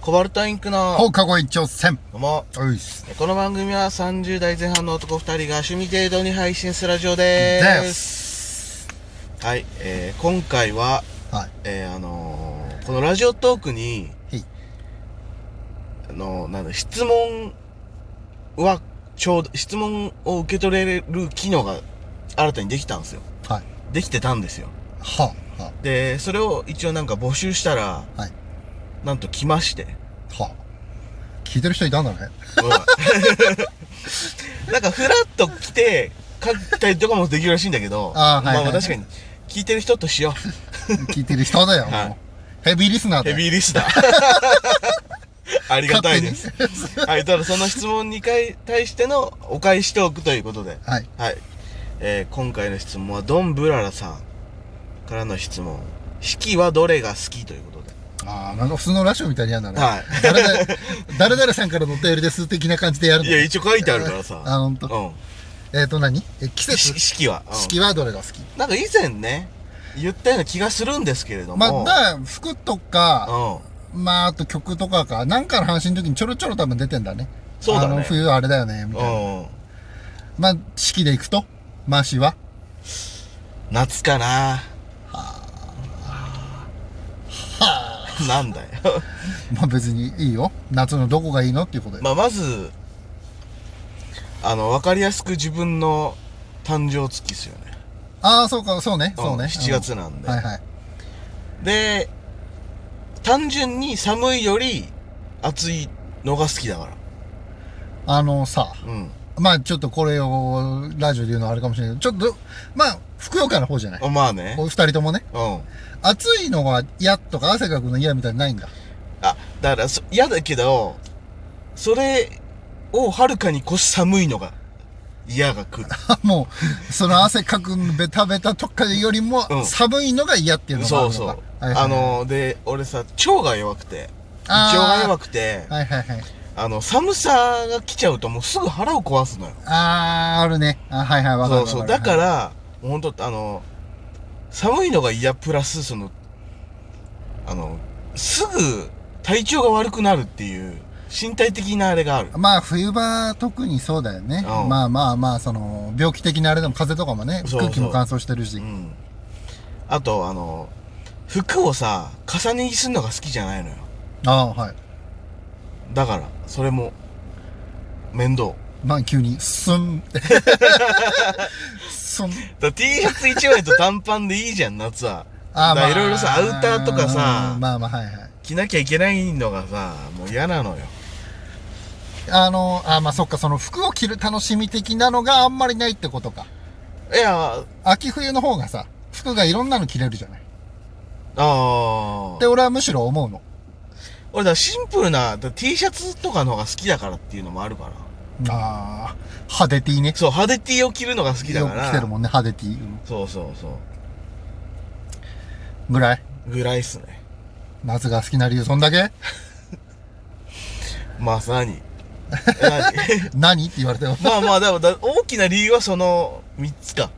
コバルトインクの、放課後一丁戦。どうも、おいっす。この番組は30代前半の男2人が趣味程度に配信するラジオで。ですす。はい、えー、今回は、はい。えー、あのー、このラジオトークにはい、あのー、なんだ、質問は、ちょうど、質問を受け取れる機能が新たにできたんですよ。はい。できてたんですよ。はあ、はで、それを一応なんか募集したら、あ、はい。なんと来まして。はあ。聞いてる人いたんだね。 なんかフラッと来て書いたりとかもできるらしいんだけど、あーはいはいまあまあ確かに聞いてる人としよ聞いてる人だよ。はいもうヘビーリスナーう。で。ヘービーリスナ ー。ありがたいです。。はい、ただその質問に対してのお返しトークということで、はい。はい。えー今回の質問はドンブララさんからの質問。四季はどれが好きということで。ああ、なんか普通のラジオみたいにやるんだね。はい誰々、誰々さんからのお便りです的な感じでや るのいや、一応書いてあるからさ。あ、ほんと。うえっと何、え、季ん。節し四季は。うん四季はどれが好きなんか以前ね、言ったような気がするんですけれども。まあ、だから服とか、うん。まあ、あと曲とかか、なんかの話の時にちょろちょろ多分出てんだね。そうだねあの、冬はあれだよね、みたいな。うん。まあ、四季で行くと、マーシーは夏かななんだよ。 まあ別にいいよ。夏のどこがいいのっていうことで。まあ、まず、あの、わかりやすく自分の誕生月ですよね。ああ、そうか、そうね、うんそうね。 7月なんでうんはいはい。で、単純に寒いより暑いのが好きだから。あのさ、うん。まあちょっとこれをラジオで言うのはあれかもしれないけど、ちょっと、まあ、ふくよかな方じゃない。まあねお。二人ともね。うん。暑いのが嫌とか汗かくの嫌みたいにないんだ。 あ、だからそ、嫌だけど、それをはるかに越し寒いのが嫌が来る。もう、その汗かくベタベタとかよりもう、ん寒いのが嫌っていうのがあるそのうか。そう。はいはいあ、の、で、俺さ、腸が弱くて、胃あー腸が弱くて、はいはいはい。あの、寒さが来ちゃうともうすぐ腹を壊すのよ。あー、あるね。あはいはい、わかるそわうそう。かる。だかはい、ら、ほんと、あの、寒いのが嫌プラス、その、あの、すぐ体調が悪くなるっていう、身体的なあれがある。まあ、冬場特にそうだよね。うんまあまあまあ、その、病気的なあれでも風邪とかもね、そうそう空気も乾燥してるし。うん。あと、あの、服をさ、重ね着するのが好きじゃないのよ。あー、はい。だから、それも、面倒。まあ、急に、すんって。 すん。だから T シャツ1枚と短パンでいいじゃん、夏は。あー、だからいろいろさ、アウターとかさ、まあまあ、はいはい。着なきゃいけないのがさ、もう嫌なのよ。あの、あーまあそっか、その服を着る楽しみ的なのがあんまりないってことか。いや、秋冬の方がさ、服がいろんなの着れるじゃない。あで、あ。俺はむしろ思うの。俺だ、シンプルなだ T シャツとかの方が好きだからっていうのもあるから。あー、派手 T ね。そう、派手 T を着るのが好きだよかくら。着てるもんね、派手 T うんそうそうそぐらい。う。ぐらいっすね。夏が好きな理由、そんだけまさに。何 何って言われても。まあまあ、だだ大きな理由はその3つか。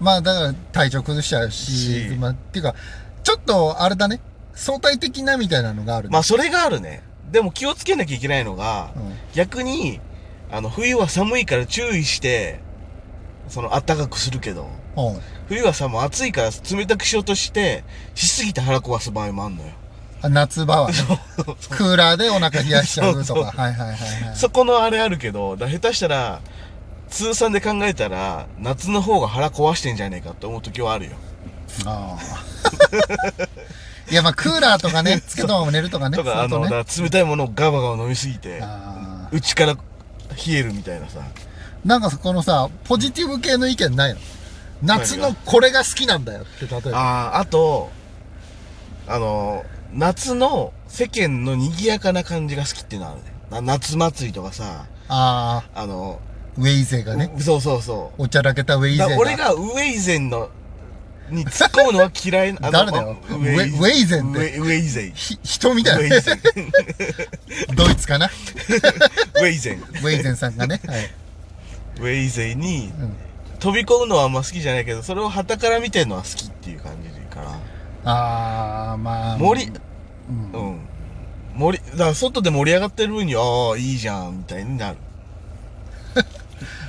まあ、だから体調崩しちゃうし、しまあ、っていうか、ちょっと、あれだね、相対的なみたいなのがある、ね。まあ、それがあるね。でも気をつけなきゃいけないのが、うん逆に、あの、冬は寒いから注意して、その、暖かくするけど、うん。冬はさ、もう暑いから冷たくしようとして、しすぎて腹壊す場合もあんのよ。あ夏場はね、そうクーラーでお腹冷やしちゃうとか。そうそうはいはいはいはい。そこのあれあるけど、だ下手したら、通算で考えたら、夏の方が腹壊してんじゃねえかって思う時はあるよ。ああ いや、まあ、クーラーと かね、つけたまま寝るとかね。とか、あするの、とだね、から冷たいものをガバガバ飲みすぎて、あー内から冷えるみたいなさ。なんかそこのさ、ポジティブ系の意見ないの夏のこれが好きなんだよって、例えば。ああ、あと、あの、夏の世間の賑やかな感じが好きっていうのはあるね。な夏祭りとかさ、ああの、ーウェイ勢がね、うそうそうそう。おちゃらけたウェイだ勢からが。俺がウェイゼンの、に突っ込むのは嫌 いな。あの誰だよウウェウェイゼンってウェウェイ ゼン。ウひ人みたェいイなゼン。 ドイツかなウェイゼン。ウェイゼンさん がね。はい。ウェイゼンにうん飛び込むのはあんま好きじゃないけど、それを旗から見てるのは好きっていう感じでいいから。あー、まあ。森、うんうん。盛り、だから外で盛り上がってる分に、ああ、いいじゃん、みたいになる。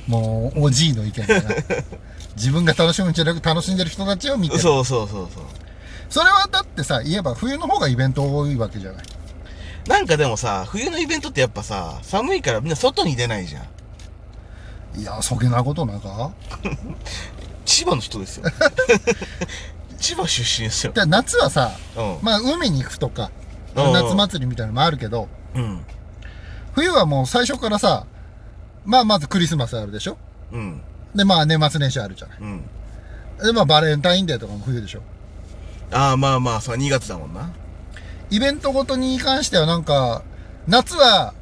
もう、おじいの意 見だな。自分が楽しむんじゃなく楽しんでる人たちを見て る。そうそうそうそう。それはだってさ、言えば冬の方がイベント多いわけじゃない。なんかでもさ、冬のイベントってやっぱさ、寒いからみんな外に出ないじゃん。いや、そげなことなんか。千葉の人 ですよ。千葉出身ですよ。で夏はさ、うん。まあ海に行くとか、うん夏祭りみたいなのもあるけど、うん。冬はもう最初からさ、まあまずクリスマスあるでしょうん。で、まあ年末年始あるじゃない。うん。で、まあバレンタインデーとかも冬でしょああ、まあまあ、そう、2月だもんな。イベントごとに関してはなんか、夏は、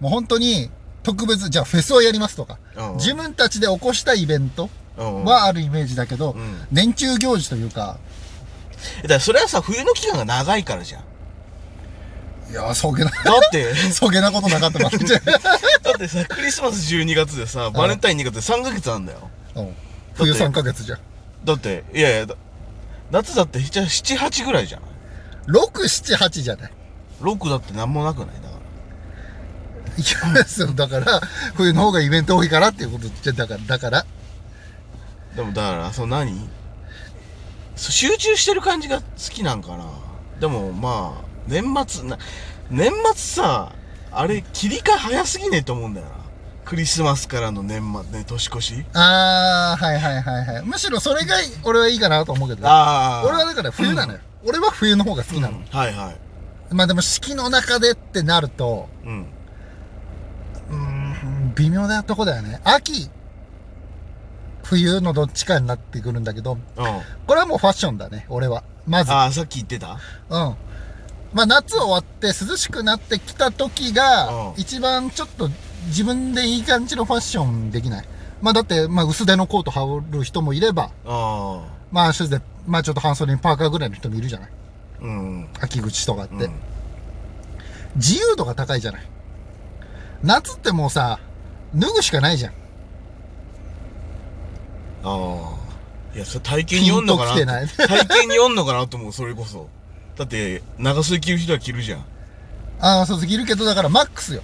もう本当に特別、じゃあフェスをやりますとか、うん自分たちで起こしたイベントうん。はあるイメージだけど、うん年中行事というか、だからそれはさ、冬の期間が長いからじゃん。いや、そげな、 だって、そげなことなかったわけじゃんだってさ、クリスマス12月でさ、バレンタイン2月で3ヶ月なんだよ。 うん冬3ヶ月じゃん。だって、いやいや、だ夏だって7、8ぐらいじゃない6、7、8じゃない。 ?6 だって何もなくないだから。いや、そう、だから、冬の方がイベント多いからっていうことじゃ、だから、だから、でもだから、その何そう集中してる感じが好きなんかな。でもまあ、年末、な年末さ、あれ、切り替え早すぎねえと思うんだよな。クリスマスからの年末、ね、年越し。あー、はいはいはいはい。むしろそれが、俺はいいかなと思うけど、ああ。俺はだから冬なのよ。俺は冬の方が好きなの。はいはい。まあでも、四季の中でってなると、うん。うーん、微妙なとこだよね。秋、冬のどっちかになってくるんだけど、うん。あこれはもうファッションだね、俺は。まず。あ、さっき言ってたうん。まあ夏終わって涼しくなってきた時がう、ん一番ちょっと自分でいい感じのファッションできない。まあだって、まあ薄手のコート羽織る人もいれば、ああ。まあシューズで、まあちょっと半袖にパーカーぐらいの人もいるじゃない。うん。秋口とかって。うん。自由度が高いじゃない。夏ってもうさ、脱ぐしかないじゃん。ああ。いや、それ体験によんのかなってピンときて体験によんのかなと思う、それこそ。だって、長袖着る人は着るじゃん。ああ、そうそう、着るけど、だからマックスよ。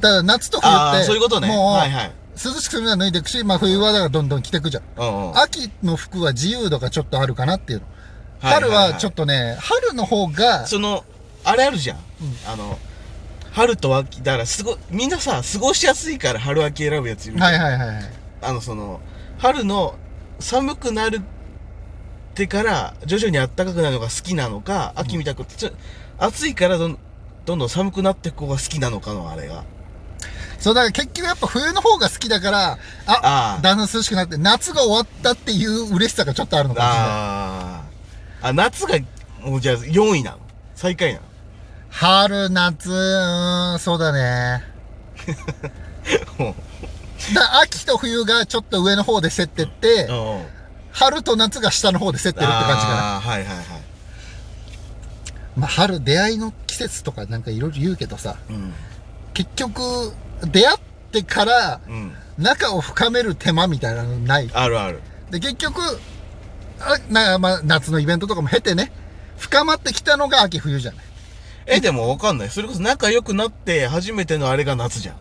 だから夏と冬っああ、て、そういうことね。もう、はいはい。涼しくするのは脱いでいくし、まあ冬はだからどんどん着てくじゃん。うんうん。秋の服は自由度がちょっとあるかなっていうの。いいい春はちょっとね、春の方が、そのあれあるじゃん、あの春と秋だからすごみんなさ過ごしやすいから春秋選ぶやついるじゃんはいはいはいはい。あのその春の寒くなるってから徐々に暖かくなるのが好きなのか秋みたく、ちょ暑いからどんどんどん寒くなっていく方が好きなのかのあれがそうだから結局やっぱ冬の方が好きだから、ああーだんだん涼しくなって、夏が終わったっていう嬉しさがちょっとあるのかもしれない。あーあ夏がもうじゃあ4位なの最下位なの春、夏、うーん、そうだね。 もだから秋と冬がちょっと上の方で競ってって、ううん春と夏が下の方で競ってるって感じかな。あーはいはいはいまあ、春出会いの季節とかなんかいろいろ言うけどさ、うん結局、出会ってからうん仲を深める手間みたいなのない。あるあるで、結局、あなまあ、夏のイベントとかも経てね、深まってきたのが秋冬じゃない。え、でもわかんない。それこそ仲良くなって初めてのあれが夏じゃん。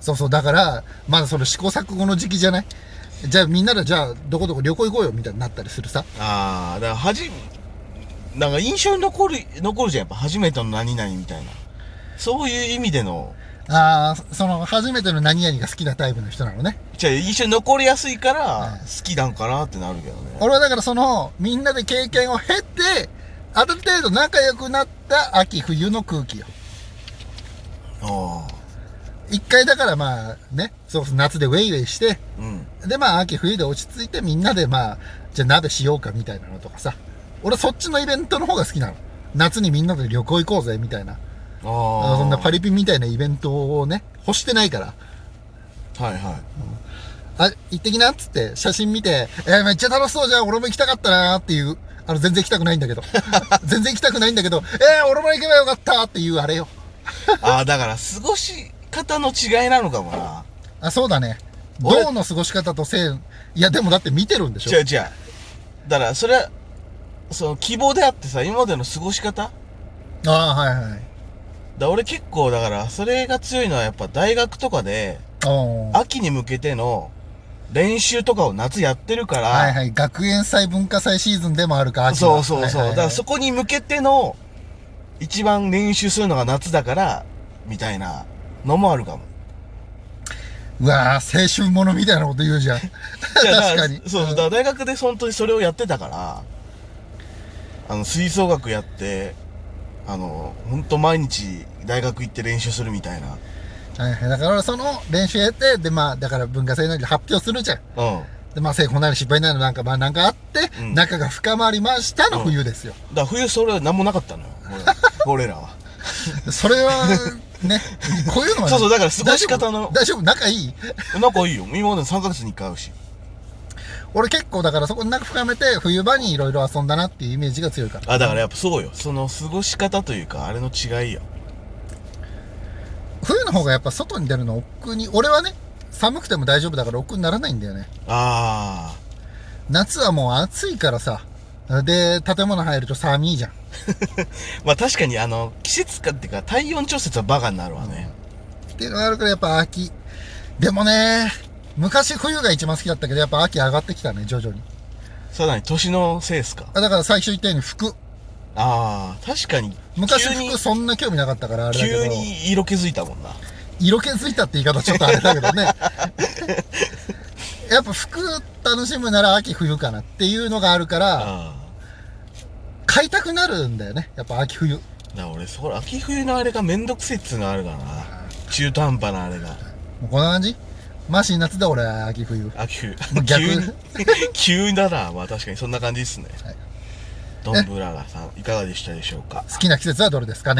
そうそう、だから、まだその試行錯誤の時期じゃないじゃあみんなでじゃあどこどこ旅行行こうよみたいになったりするさ。ああ、だからはじ、なんか印象に残る、残るじゃん。やっぱ初めての何々みたいな。そういう意味での、ああ、その初めての何々が好きなタイプの人なのね。じゃあ印象に残りやすいからうん、好きなんかなってなるけどね。俺はだからその、みんなで経験を経て、ある程度仲良くなった秋冬の空気よ。ああ、一回だからまあね、そうそう夏でウェイウェイして、うん。でまあ秋冬で落ち着いてみんなでまあ、じゃあ鍋しようかみたいなのとかさ。俺そっちのイベントの方が好きなの。夏にみんなで旅行行こうぜみたいな。ああ。そんなパリ。リピみたいなイベントをね、欲してないから。はいはい。あ、行ってきなっつって、写真見て、えーめっちゃ楽しそうじゃん、俺も行きたかったなっていう、あの、全然行きたくないんだけど、 全然行きたくないんだけど、えー俺も行けばよかったっていうあれよ。ああ、だから過ごし方の違いなのかも な。あ、そうだね。俺銅の過ごし方とせい、いや、でもだって見てるんでしょ違う違う。だからそれは、その希望であってさ、今までの過ごし方ああ、はいはい。だ俺結構だからそれが強いのはやっぱ大学とかでおー秋に向けての練習とかを夏やってるから、はいはい。学園祭文化祭シーズンでもあるか、秋そはうそうそう、はいはいはいだからそこに向けての一番練習するのが夏だからみたいなのもあるかもうわあ、青春ものみたいなこと言うじゃん。 いやだら 確かに。そう、だから大学で本当にそれをやってたから、あの、吹奏楽やって、あの、本当毎日大学行って練習するみたいな。はいはい。だからその練習やって、でまあ、だから文化祭なんか発表するじゃん。うん。でまあ、成功なり失敗なりなんかまあなんかあって、うん仲が深まりましたの冬ですよ。 だから冬それ何もなかったのよ、俺俺らは。それは、ね、こういうのは、ね、そうそうだから過ごし方の大丈夫大丈夫仲いい仲いいよ。今まで3ヶ月に1回会うし。俺結構だからそこに仲深めて、冬場にいろいろ遊んだなっていうイメージが強いから。あ、だからやっぱそうよ。その過ごし方というか、あれの違いよ。冬の方がやっぱ外に出るの億劫に、俺はね、寒くても大丈夫だから億劫にならないんだよね。あ夏はもう暑いからさ。で、建物入ると寒いじゃん。ー。まあ確かにあの、季節感っていうか体温調節はバカになるわね。っていうのがあるからやっぱ秋。でもね、昔冬が一番好きだったけど、やっぱ秋上がってきたね、徐々に。さらに年のせいっすか。あだから最初言ったように服。ああ、確かに。昔急に服そんな興味なかったからあれだけど急。に色気づいたもんな。色気づいたって言い方ちょっとあれだ けどね。やっぱ服楽しむなら秋冬かなっていうのがあるから、あ買いたくなるんだよね。やっぱ秋冬。あ。だから俺、そこ、秋冬のあれがめんどくせえっつうのがあるからな。中途半端なあれが。もうこんな感じマシに夏で俺は秋冬。秋冬もう。逆 急に、急だな。まあ確かにそんな感じですね。はいドンブララさん、いかがでしたでしょうか。好きな季節はどれですかね。